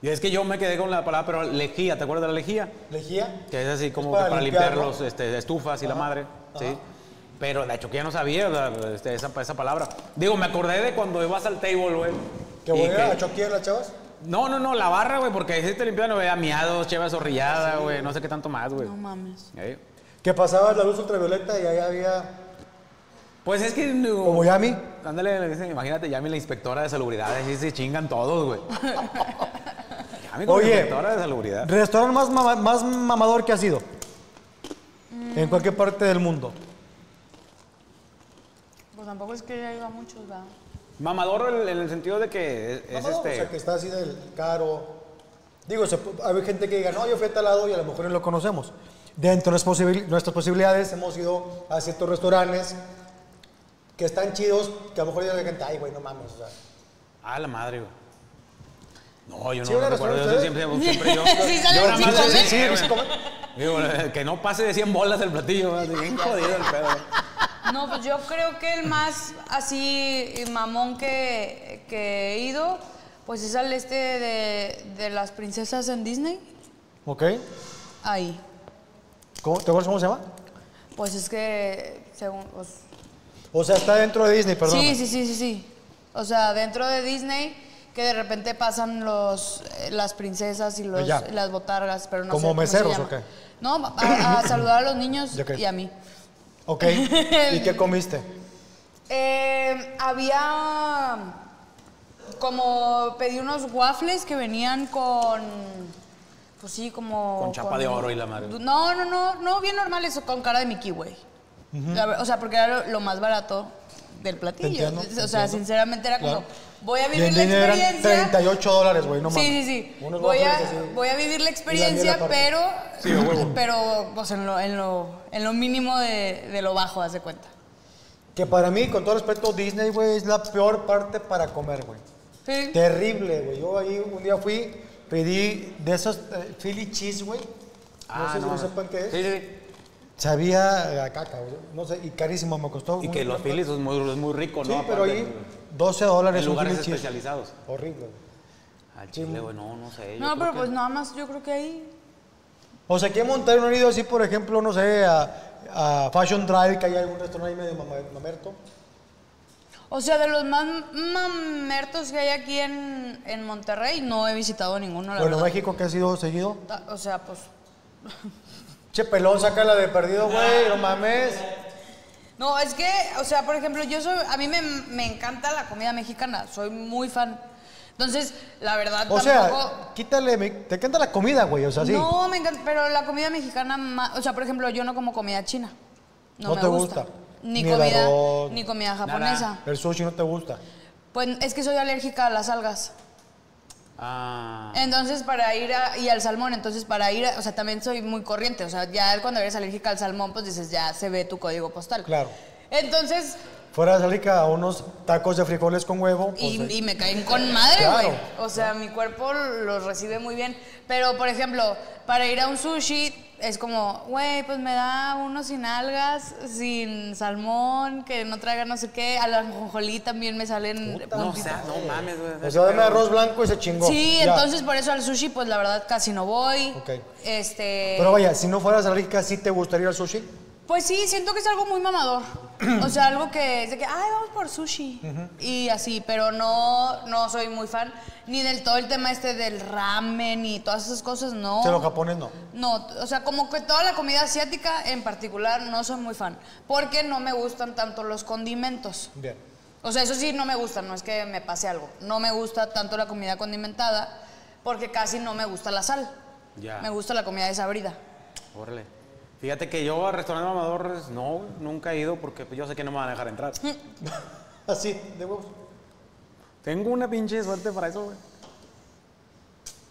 Speaker 4: Y es que yo me quedé con la palabra, pero lejía, ¿te acuerdas de la lejía?
Speaker 3: Lejía.
Speaker 4: Que es así como
Speaker 3: para
Speaker 4: que para
Speaker 3: limpiar,
Speaker 4: limpiar,
Speaker 3: ¿no?
Speaker 4: los este, estufas y la madre, ¿sí? Pero la choquilla no sabía o sea, este, esa, esa palabra. Digo, me acordé de cuando ibas al table, güey.
Speaker 3: Que
Speaker 4: y
Speaker 3: huele
Speaker 4: que-
Speaker 3: a choquía las chavas.
Speaker 4: No, no, no, la barra, güey, porque ahí sí te limpian, güey, a miados, cheva zorrillada, güey, no sé qué tanto más, güey.
Speaker 5: No mames.
Speaker 4: Ahí.
Speaker 3: Que pasaba la luz ultravioleta y ahí había
Speaker 4: Pues es que... digo,
Speaker 3: como Yami.
Speaker 4: Ándale, le dicen, imagínate, Yami, la inspectora de salubridad, así se chingan todos, güey. Yami como
Speaker 3: Oye.
Speaker 4: inspectora de salubridad.
Speaker 3: Restaurante más, mama- más mamador que ha sido. En cualquier parte del mundo.
Speaker 5: Pues tampoco es que ya iba muchos, ¿verdad?
Speaker 4: Mamador en- en el sentido de que es, es
Speaker 3: Mamador,
Speaker 4: este...
Speaker 3: O sea, que está así del caro. Digo, se pu- hay gente que diga, no, yo fui a tal lado y a lo mejor no lo conocemos. Dentro de nuestras posibil- nuestras posibilidades hemos ido a ciertos restaurantes que están chidos, que a lo mejor dice la gente, ay, güey, no mames. O sea,
Speaker 4: Ah, la madre, güey. No, yo
Speaker 3: ¿Sí
Speaker 4: no
Speaker 3: van a
Speaker 4: recuerdo. Yo
Speaker 3: restaurar
Speaker 4: siempre, siempre yo.
Speaker 5: Sí, salen
Speaker 4: yo nada
Speaker 5: sin
Speaker 4: más
Speaker 3: ¿eh?
Speaker 5: comer.
Speaker 4: decía,
Speaker 5: Sí,
Speaker 4: güey. Digo, que no pase de 100 bolas el platillo. ¿verdad?
Speaker 3: Ah,
Speaker 4: Bien jodido el pedo.
Speaker 5: No, pues yo creo que el más así eh, mamón que, que he ido, pues es al este de, de las princesas en Disney.
Speaker 3: ¿ok?
Speaker 5: Ahí.
Speaker 3: ¿Cómo- ¿Te acuerdas cómo se llama?
Speaker 5: Pues es que, según, pues,
Speaker 3: O sea, está dentro de Disney, perdón.
Speaker 5: Sí, sí, sí, sí, sí. O sea, dentro de Disney, que de repente pasan los, eh, las princesas y los,
Speaker 3: Ya.
Speaker 5: las botargas, pero no
Speaker 3: ¿Como
Speaker 5: sé cómo se
Speaker 3: meseros
Speaker 5: llama.
Speaker 3: o qué?
Speaker 5: No, a, a saludar a los niños
Speaker 3: Ya, ok.
Speaker 5: y a mí.
Speaker 3: Ok. ¿Y qué comiste?
Speaker 5: Eh, había como pedí unos waffles que venían con, pues sí, como
Speaker 4: Con chapa de oro y la madre.
Speaker 5: No, no, no, no bien normales con cara de Mickey, güey. La ver- O sea, porque era lo, lo más barato del platillo.
Speaker 3: entiendo,
Speaker 5: o
Speaker 3: te
Speaker 5: sea,
Speaker 3: entiendo.
Speaker 5: sinceramente era como
Speaker 3: Claro.
Speaker 5: voy a
Speaker 3: Y en
Speaker 5: vivir la
Speaker 3: línea
Speaker 5: experiencia.
Speaker 3: eran 38 dólares, güey, no mames.
Speaker 5: Sí, sí, sí.
Speaker 3: Unos
Speaker 5: Voy a,
Speaker 3: waffles así.
Speaker 5: voy a vivir la experiencia,
Speaker 3: aparte.
Speaker 5: pero.
Speaker 6: Sí, a huevo.
Speaker 5: Pero, pues en lo, en lo, en lo mínimo de, de lo bajo, haz de cuenta.
Speaker 3: Que para mí, con todo respeto, Disney, güey, es la peor parte para comer, güey.
Speaker 5: Sí.
Speaker 3: Terrible, güey. Yo ahí un día fui, pedí de esos eh, Philly cheese, güey. No sé si lo sepan qué es.
Speaker 4: Ah, Sí, sí, sí.
Speaker 3: Sabía a caca, güey. No sé, y carísimo me costó.
Speaker 4: Y
Speaker 3: un-
Speaker 4: que los filis es muy, es muy rico,
Speaker 3: Sí,
Speaker 4: ¿no?
Speaker 3: pero
Speaker 4: Aparte,
Speaker 3: ahí 12 dólares
Speaker 4: En
Speaker 3: un
Speaker 4: lugares
Speaker 3: Philly cheese.
Speaker 4: especializados.
Speaker 3: Horrible, güey.
Speaker 4: Al chile, güey, no, no sé. Eh, yo
Speaker 5: No,
Speaker 4: creo
Speaker 5: pero
Speaker 4: que-
Speaker 5: pues nada más yo creo que ahí.
Speaker 3: O sea, aquí en Monterrey no han ido así, por ejemplo, no sé, a, a Fashion Drive, que hay algún restaurante ahí medio mama- mamerto.
Speaker 5: O sea, de los más mamertos que hay aquí en, en Monterrey, no he visitado ninguno, la
Speaker 3: Bueno,
Speaker 5: verdad.
Speaker 3: México, que ha sido seguido.
Speaker 5: Ta- O sea, pues.
Speaker 3: Che, pelón, sácala de perdido, güey, no mames.
Speaker 5: No, es que, o sea, por ejemplo, yo soy. A mí me, me encanta la comida mexicana, soy muy fan. Entonces, la verdad,
Speaker 3: O
Speaker 5: tampoco.
Speaker 3: sea, quítale, mi- te encanta la comida, güey, o sea, sí.
Speaker 5: No, me encanta, pero la comida mexicana, ma- o sea, por ejemplo, yo no como comida china. No,
Speaker 3: ¿No
Speaker 5: me
Speaker 3: te
Speaker 5: gusta.
Speaker 3: gusta?
Speaker 5: Ni,
Speaker 3: Ni el
Speaker 5: comida,
Speaker 3: arroz.
Speaker 5: ni comida
Speaker 4: Nada.
Speaker 5: japonesa.
Speaker 3: El sushi no te gusta.
Speaker 5: Pues es que soy alérgica a las algas.
Speaker 4: Ah.
Speaker 5: Entonces, para ir a, y al salmón, entonces para ir, a- o sea, también soy muy corriente, o sea, ya cuando eres alérgica al salmón, pues dices, ya se ve tu código postal.
Speaker 3: Claro.
Speaker 5: Entonces,
Speaker 3: Fuera de rica a unos tacos de frijoles con huevo.
Speaker 5: y,
Speaker 3: pues,
Speaker 5: y me caen con madre,
Speaker 3: Claro.
Speaker 5: güey. O sea, mi cuerpo los recibe muy bien. Pero, por ejemplo, para ir a un sushi, es como, güey, pues me da uno sin algas, sin salmón, que no traiga no sé qué. A la ajonjolí también me
Speaker 4: No,
Speaker 5: salen
Speaker 4: o
Speaker 5: puntitos.
Speaker 4: sea, no mames, güey.
Speaker 3: O sea, dame arroz blanco y se chingó.
Speaker 5: Sí,
Speaker 3: Ya.
Speaker 5: entonces por eso al sushi, pues la verdad casi no voy.
Speaker 3: Ok.
Speaker 5: Este.
Speaker 3: Pero vaya, si no fueras rica, ¿sí te gustaría el sushi?
Speaker 5: Pues sí, siento que es algo muy mamador. O sea, algo que es de que, ay, vamos por sushi. Y así, pero no, no soy muy fan ni del todo el tema este del ramen y todas esas cosas, no.
Speaker 3: Si los japoneses no.
Speaker 5: No, o sea, como que toda la comida asiática en particular no soy muy fan. Porque no me gustan tanto los condimentos.
Speaker 3: Bien.
Speaker 5: O sea, eso sí no me gusta, no es que me pase algo. No me gusta tanto la comida condimentada porque casi no me gusta la sal.
Speaker 4: Ya.
Speaker 5: Me gusta la comida desabrida.
Speaker 4: Órale. Fíjate que yo al restaurante mamador no, güey, nunca he ido porque pues, yo sé que no me van a dejar entrar.
Speaker 3: Así, de huevos.
Speaker 4: Tengo una pinche suerte para eso, güey.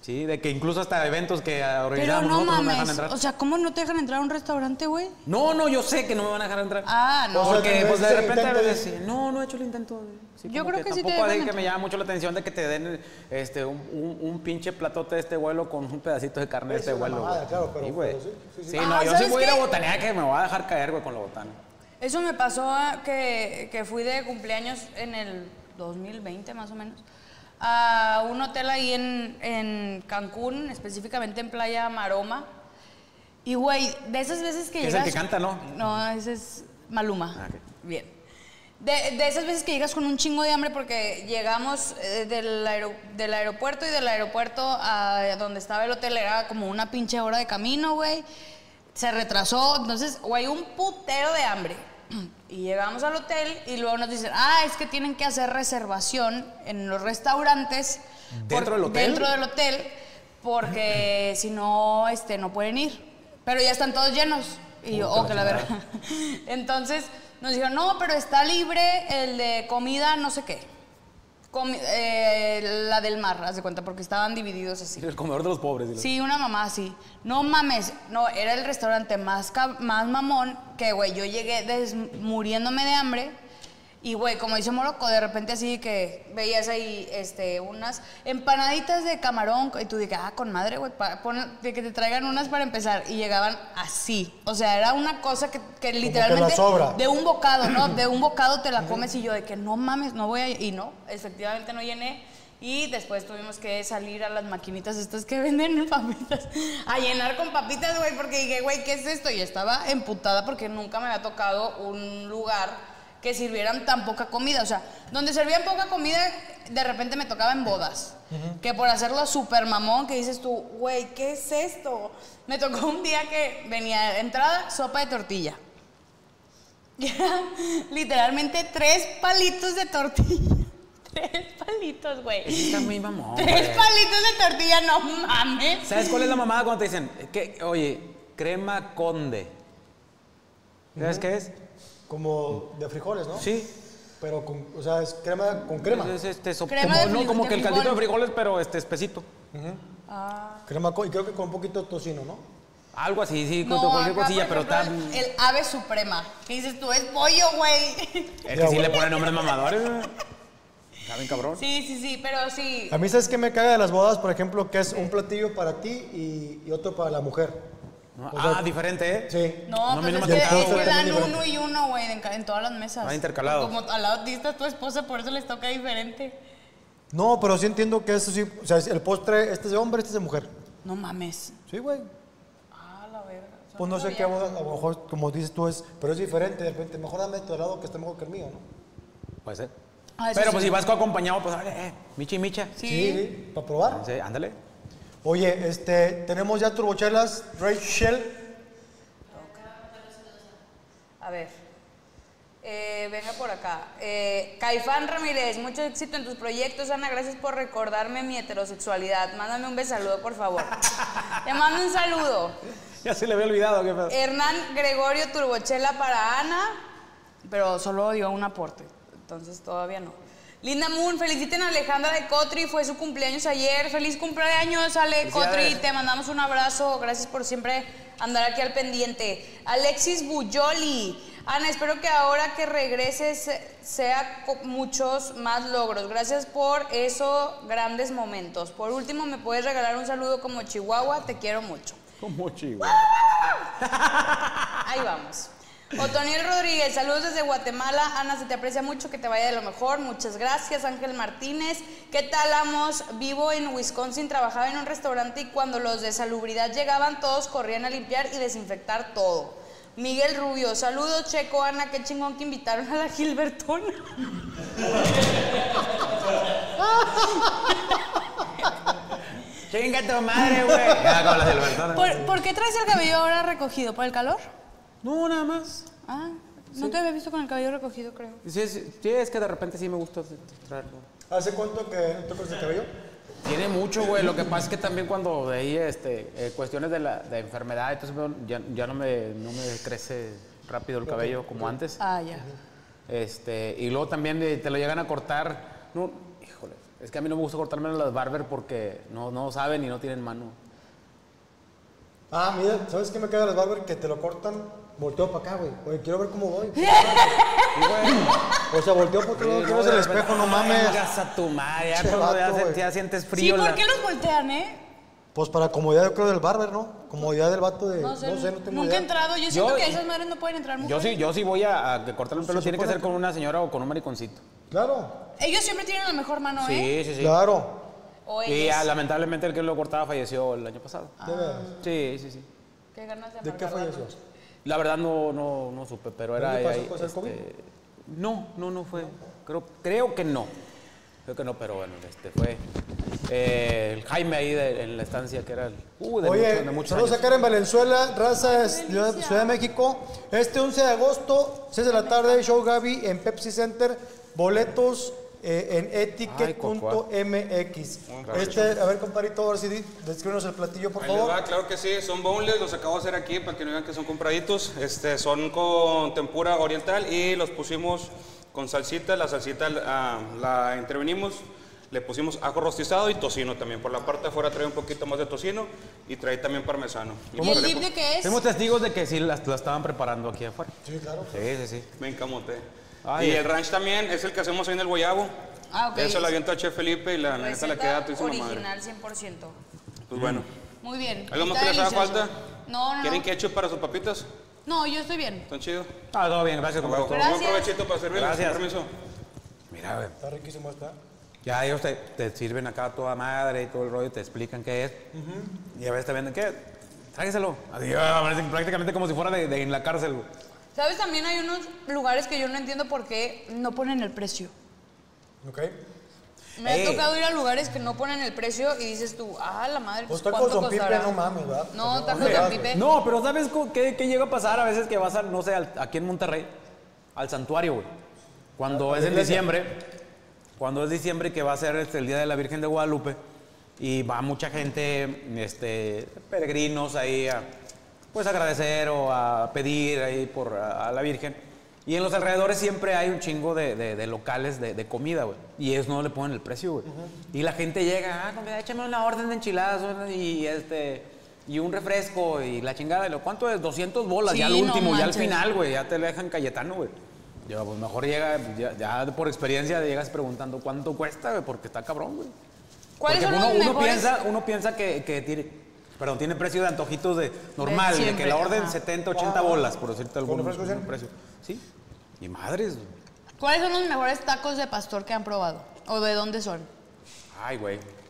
Speaker 4: Sí, de que incluso hasta eventos que ah,
Speaker 5: Pero
Speaker 4: organizamos
Speaker 5: no
Speaker 4: nosotros no me dejan
Speaker 5: mames.
Speaker 4: entrar.
Speaker 5: o sea, ¿cómo no te dejan entrar a un restaurante, güey?
Speaker 4: no, no, yo sé que no me van a dejar entrar.
Speaker 5: Ah, no.
Speaker 3: O sea,
Speaker 4: Porque
Speaker 3: que
Speaker 4: pues, de
Speaker 3: ese
Speaker 4: repente a
Speaker 3: intento de-
Speaker 4: veces sí, no, no he hecho el intento. güey. Sí,
Speaker 5: Yo
Speaker 4: como
Speaker 5: creo que sí te
Speaker 4: tampoco así
Speaker 5: dejan
Speaker 4: que me
Speaker 5: entrar.
Speaker 4: llama mucho la atención de que te den este un, un- un pinche platote de este vuelo con un pedacito de carne de este vuelo.
Speaker 3: mamada,
Speaker 4: güey.
Speaker 3: claro, pero-
Speaker 4: pues, sí, güey.
Speaker 3: pero sí, sí,
Speaker 4: sí,
Speaker 3: sí.
Speaker 4: no,
Speaker 5: Ah,
Speaker 4: yo sí
Speaker 5: ¿sabes
Speaker 4: voy a ir a
Speaker 5: qué?
Speaker 4: botanear que me voy a dejar caer, güey, con la botana.
Speaker 5: Eso me pasó a- que, que fui de cumpleaños en el 2020 más o menos a un hotel ahí en, en Cancún, específicamente en Playa Maroma. Y güey, de esas veces que
Speaker 4: Que es
Speaker 5: llegas...
Speaker 4: el que canta, ¿no?
Speaker 5: No, ese es Maluma.
Speaker 4: Ah, ok.
Speaker 5: Bien. De, de esas veces que llegas con un chingo de hambre porque llegamos eh, del, aero- del aeropuerto y del aeropuerto a donde estaba el hotel era como una pinche hora de camino, güey. Se retrasó, entonces, güey, un putero de hambre. Y llegamos al hotel y luego nos dicen, ah, es que tienen que hacer reservación en los restaurantes.
Speaker 4: ¿Dentro del hotel?
Speaker 5: Dentro del hotel, porque si no, este, no pueden ir. Pero ya están todos llenos. Y yo, oh, que la verga. Entonces nos dijeron, no, pero está libre el de comida, no sé qué. Comi- eh, la del mar, haz de cuenta, porque estaban divididos así.
Speaker 4: El comedor de los pobres. dile.
Speaker 5: Sí, una mamá así. No mames, no, era el restaurante más, cab- más mamón que, güey, yo llegué des- muriéndome de hambre. Y, güey, como dice Moroco, de repente así que veías ahí este, unas empanaditas de camarón. Y tú dije, ah, con madre, güey, pa- pon- de que te traigan unas para empezar. Y llegaban así. O sea, era una cosa que, que literalmente.
Speaker 3: las sobra.
Speaker 5: De un bocado, ¿no? De un bocado te la comes y yo de que no mames, no voy a... Y no, efectivamente no llené. Y después tuvimos que salir a las maquinitas estas que venden papitas, a llenar con papitas, güey, porque dije, güey, ¿qué es esto? Y estaba emputada porque nunca me había tocado un lugar que sirvieran tan poca comida. O sea, donde servían poca comida, de repente me tocaba en bodas. Que por hacerlo súper mamón, que dices tú, güey, ¿qué es esto? Me tocó un día que venía entrada, sopa de tortilla. Y eran literalmente tres palitos de tortilla. Tres palitos, güey.
Speaker 4: Está muy mamón.
Speaker 5: Tres
Speaker 4: güey.
Speaker 5: palitos de tortilla, no mames.
Speaker 4: ¿Sabes cuál es la mamada cuando te dicen, que, oye, crema conde? ¿Sabes qué es?
Speaker 3: Como de frijoles, ¿no?
Speaker 4: Sí.
Speaker 3: Pero con, o sea, es crema con crema.
Speaker 4: Es, este, so-
Speaker 5: Crema
Speaker 4: como,
Speaker 5: de
Speaker 4: no,
Speaker 5: frijol-
Speaker 4: como
Speaker 5: de
Speaker 4: que el caldito de
Speaker 5: frijol.
Speaker 4: frijoles, pero este espesito.
Speaker 5: Ah.
Speaker 3: Crema con, y creo que con un poquito de tocino, ¿no?
Speaker 4: Algo así, sí, con
Speaker 5: No,
Speaker 4: cualquier
Speaker 5: acá,
Speaker 4: cosilla,
Speaker 5: por
Speaker 4: pero está...
Speaker 5: ejemplo, El ave suprema. Que dices tú, es pollo, güey.
Speaker 4: Es
Speaker 3: Ya,
Speaker 4: que sí
Speaker 3: güey.
Speaker 4: le ponen nombres mamadores, güey. ¿Saben, cabrón?
Speaker 5: Sí, sí, sí, pero sí.
Speaker 3: A mí, ¿sabes qué me caga de las bodas? Por ejemplo, que es un platillo para ti y, y otro para la mujer. O sea,
Speaker 4: ah, diferente, ¿eh?
Speaker 3: Sí.
Speaker 5: No,
Speaker 4: No, a mí
Speaker 5: pues
Speaker 4: no
Speaker 5: es
Speaker 4: me
Speaker 5: que,
Speaker 4: ha tocado,
Speaker 5: es que
Speaker 3: güey.
Speaker 5: dan uno y uno, güey, en, ca- en todas las mesas.
Speaker 4: Van intercalados.
Speaker 5: Como al lado de esta es tu esposa, por eso les toca diferente.
Speaker 3: No, pero sí entiendo que eso sí, o sea, el postre, este es de hombre, este es de mujer.
Speaker 5: No mames.
Speaker 3: Sí, güey.
Speaker 5: Ah, la verga. O sea,
Speaker 3: Pues no sé
Speaker 5: sabía.
Speaker 3: qué boda, a lo mejor, como dices tú, es, pero es diferente, de repente, mejor dame tu helado que está mejor que el mío, ¿no?
Speaker 4: Puede ser.
Speaker 5: Ah, eso
Speaker 4: pero
Speaker 5: sí.
Speaker 4: pues si vas acompañado, pues, dale, eh, micha y micha.
Speaker 5: Sí.
Speaker 3: sí para probar.
Speaker 4: Sí, ándale.
Speaker 3: Oye, este, tenemos ya turbochelas, Rachel.
Speaker 5: A ver. Eh, venga por acá. Eh, Caifán Ramírez, mucho éxito en tus proyectos. Ana, gracias por recordarme mi heterosexualidad. Mándame un besaludo, por favor. Te mando un saludo.
Speaker 4: Ya se le había olvidado, qué pedo.
Speaker 5: Hernán Gregorio Turbochela para Ana, pero solo dio un aporte, entonces todavía no. Linda Moon, feliciten a Alejandra de Cotri, fue su cumpleaños ayer. Feliz cumpleaños, Ale Cotri, te mandamos un abrazo, gracias por siempre andar aquí al pendiente. Alexis Bulloli, Ana, espero que ahora que regreses sea co- muchos más logros. Gracias por eso, grandes momentos. Por último, me puedes regalar un saludo como Chihuahua, te quiero mucho.
Speaker 4: Como chivo.
Speaker 5: Ahí vamos. Otoniel Rodríguez, saludos desde Guatemala. Ana, se te aprecia mucho, que te vaya de lo mejor. Muchas gracias. Ángel Martínez, ¿qué tal, amos? Vivo en Wisconsin, trabajaba en un restaurante y cuando los de salubridad llegaban, todos corrían a limpiar y desinfectar todo. Miguel Rubio, saludos, Checo, Ana, qué chingón que invitaron a la Gilbertona.
Speaker 4: Chinga tu madre, güey. Ya con las de Albertona.
Speaker 5: ¿Por, por qué traes el cabello ahora recogido? ¿Por el calor?
Speaker 4: No, nada más.
Speaker 5: Ah, no te había visto con el cabello recogido, creo.
Speaker 4: Sí, sí, sí, es que de repente sí me gusta traerlo.
Speaker 3: ¿Hace cuánto que no tocas el cabello?
Speaker 4: Tiene mucho, güey. Lo que pasa es que también cuando ahí, este, eh, cuestiones de la de enfermedad, entonces bueno, pues, ya, ya no, me, no me crece rápido el cabello como antes.
Speaker 5: Ah, ya.
Speaker 4: Este, y luego también eh, te lo llegan a cortar. No, híjole, es que a mí no me gusta cortarme las barber porque no, no saben y no tienen mano.
Speaker 3: Ah, mira, ¿sabes qué me caga de las barber? Que te lo cortan, volteo para acá, güey. Oye, quiero ver cómo voy. o sea, volteo para otro lado,
Speaker 4: Sí,
Speaker 3: quiero ver
Speaker 4: de
Speaker 3: el
Speaker 4: repente,
Speaker 3: espejo, no
Speaker 4: ay,
Speaker 3: mames.
Speaker 4: vengas a tu madre, ya,
Speaker 3: Che,
Speaker 4: cuando ya,
Speaker 3: vato,
Speaker 4: se-
Speaker 3: güey.
Speaker 4: ya sientes
Speaker 5: Sí,
Speaker 4: frío.
Speaker 5: ¿por
Speaker 4: la-
Speaker 5: qué los voltean, eh?
Speaker 3: Pues para comodidad, yo creo, del barber, ¿no? Comodidad del vato de, no sé, no, tengo
Speaker 5: nunca
Speaker 3: idea.
Speaker 5: he entrado. Yo siento
Speaker 4: Yo-
Speaker 5: que esas madres no pueden entrar
Speaker 4: Yo
Speaker 5: mujeres.
Speaker 4: sí, yo sí voy a, a que cortarme el
Speaker 5: Pues
Speaker 4: pelo,
Speaker 3: Se
Speaker 4: tiene que
Speaker 3: supone
Speaker 4: ser con una señora o con un mariconcito.
Speaker 3: Claro,
Speaker 5: Ellos siempre tienen la mejor mano, ¿eh?
Speaker 4: Sí, sí, sí.
Speaker 3: claro.
Speaker 5: O
Speaker 4: Y
Speaker 5: ellas.
Speaker 4: ah, lamentablemente el que lo cortaba falleció el año pasado.
Speaker 3: De, veras.
Speaker 4: Sí, sí, sí.
Speaker 5: Qué ganas de
Speaker 3: ¿De qué
Speaker 5: amargar la
Speaker 3: falleció?
Speaker 5: noche.
Speaker 4: La verdad no, no, no supe, pero era...
Speaker 3: ¿No le pasó
Speaker 4: ahí, este,
Speaker 3: cosa del COVID?
Speaker 4: no, no, no fue. Creo, creo que no. Creo que no, pero bueno, este fue eh, el Jaime ahí de- en la estancia que era el... Uh, de, mucho-
Speaker 3: Oye,
Speaker 4: de muchos
Speaker 3: saludos a
Speaker 4: años.
Speaker 3: Karen Valenzuela, raza de Ciudad Ciudad de México. Este 11 de agosto, 6 de la tarde, show Gaby en Pepsi Center. Boletos eh, en etiquet.mx. Este, a ver, comparito, ahora sí, di- descríbenos el platillo, por
Speaker 6: Ahí les
Speaker 3: favor.
Speaker 6: va, claro que sí, son boneless, los acabo de hacer aquí para que no vean que son compraditos. Este, son con tempura oriental y los pusimos con salsita. La salsita ah, la intervenimos, le pusimos ajo rostizado y tocino también. Por la parte de afuera trae un poquito más de tocino y trae también parmesano. pues. Y
Speaker 5: ¿Y el
Speaker 6: le
Speaker 5: jeep
Speaker 6: pon-
Speaker 5: de qué es?
Speaker 4: Fuimos testigos de que sí las- la estaban preparando aquí afuera.
Speaker 3: Sí, claro.
Speaker 4: Sí, sí, sí.
Speaker 6: Me encamoté.
Speaker 4: Ay,
Speaker 6: y
Speaker 4: es-
Speaker 6: el ranch también es el que hacemos ahí en el Guayabo.
Speaker 5: Ah, ok.
Speaker 6: Eso la avienta Chef Felipe y la neta la queda a tu
Speaker 5: Receta
Speaker 6: madre.
Speaker 5: original 100%.
Speaker 6: Pues bueno.
Speaker 5: Muy bien.
Speaker 6: ¿Algo más
Speaker 5: Está
Speaker 6: que les haga
Speaker 5: delicioso.
Speaker 6: falta?
Speaker 5: No, no,
Speaker 6: ¿Quieren
Speaker 5: no.
Speaker 6: ketchup para sus papitas?
Speaker 5: No, yo estoy bien.
Speaker 6: ¿Están chidos?
Speaker 4: Ah, todo bien, gracias,
Speaker 6: Bueno,
Speaker 4: compadre.
Speaker 5: Gracias.
Speaker 6: Buen provechito para servirles.
Speaker 4: Gracias.
Speaker 6: Permiso.
Speaker 4: Mira, güey.
Speaker 3: Está riquísimo esta.
Speaker 4: Ya ellos te, te sirven acá a toda madre y todo el rollo, te explican qué es. Y a veces te venden, ¿qué? Tráigaselo. Adiós, parece- prácticamente como si fuera de, de- en la cárcel. güey.
Speaker 5: ¿Sabes? También hay unos lugares que yo no entiendo por qué no ponen el precio.
Speaker 3: ¿Ok?
Speaker 5: Me
Speaker 4: Ey.
Speaker 5: ha tocado ir a lugares que no ponen el precio y dices tú, ah, la madre,
Speaker 3: Pues
Speaker 5: pues
Speaker 3: tacos
Speaker 5: ¿cuánto
Speaker 3: Don Pipe,
Speaker 5: costará?
Speaker 3: no mames, ¿verdad?
Speaker 5: No, tacos
Speaker 4: Oye,
Speaker 5: de pipe.
Speaker 4: No, pero ¿sabes cu- qué, qué llega a pasar a veces que vas, a, no sé, al- aquí en Monterrey, al santuario, güey? Cuando es en diciembre, cuando es diciembre que va a ser este, el Día de la Virgen de Guadalupe y va mucha gente, este, peregrinos ahí a, pues agradecer o a pedir ahí por a, a la Virgen. Y en los alrededores siempre hay un chingo de, de- de locales de, de comida, güey. Y ellos no le ponen el precio, güey. Y la gente llega, ah, comida, échame una orden de enchiladas una- y este y un refresco y la chingada. Y lo, ¿Cuánto es? 200 bolas,
Speaker 5: Sí,
Speaker 4: ya al
Speaker 5: no
Speaker 4: último, ya al
Speaker 5: manches.
Speaker 4: final, güey. Ya te le dejan Cayetano, güey. Yo, pues mejor llega, ya, ya por experiencia llegas preguntando cuánto cuesta, güey, porque está cabrón, güey.
Speaker 5: ¿Cuáles
Speaker 4: Porque
Speaker 5: son los
Speaker 4: uno, uno
Speaker 5: mejores?
Speaker 4: piensa, uno piensa que, que tiene, perdón, tiene precio de antojitos de normal, de, que
Speaker 5: siempre,
Speaker 4: la orden
Speaker 5: ajá.
Speaker 4: 70, 80 bolas, por decirte algún
Speaker 3: refresco,
Speaker 4: algún
Speaker 3: sí?
Speaker 4: precio. Sí. Y madres. güey.
Speaker 5: ¿Cuáles son los mejores tacos de pastor que han probado? ¿O de dónde son?
Speaker 4: Ay, güey.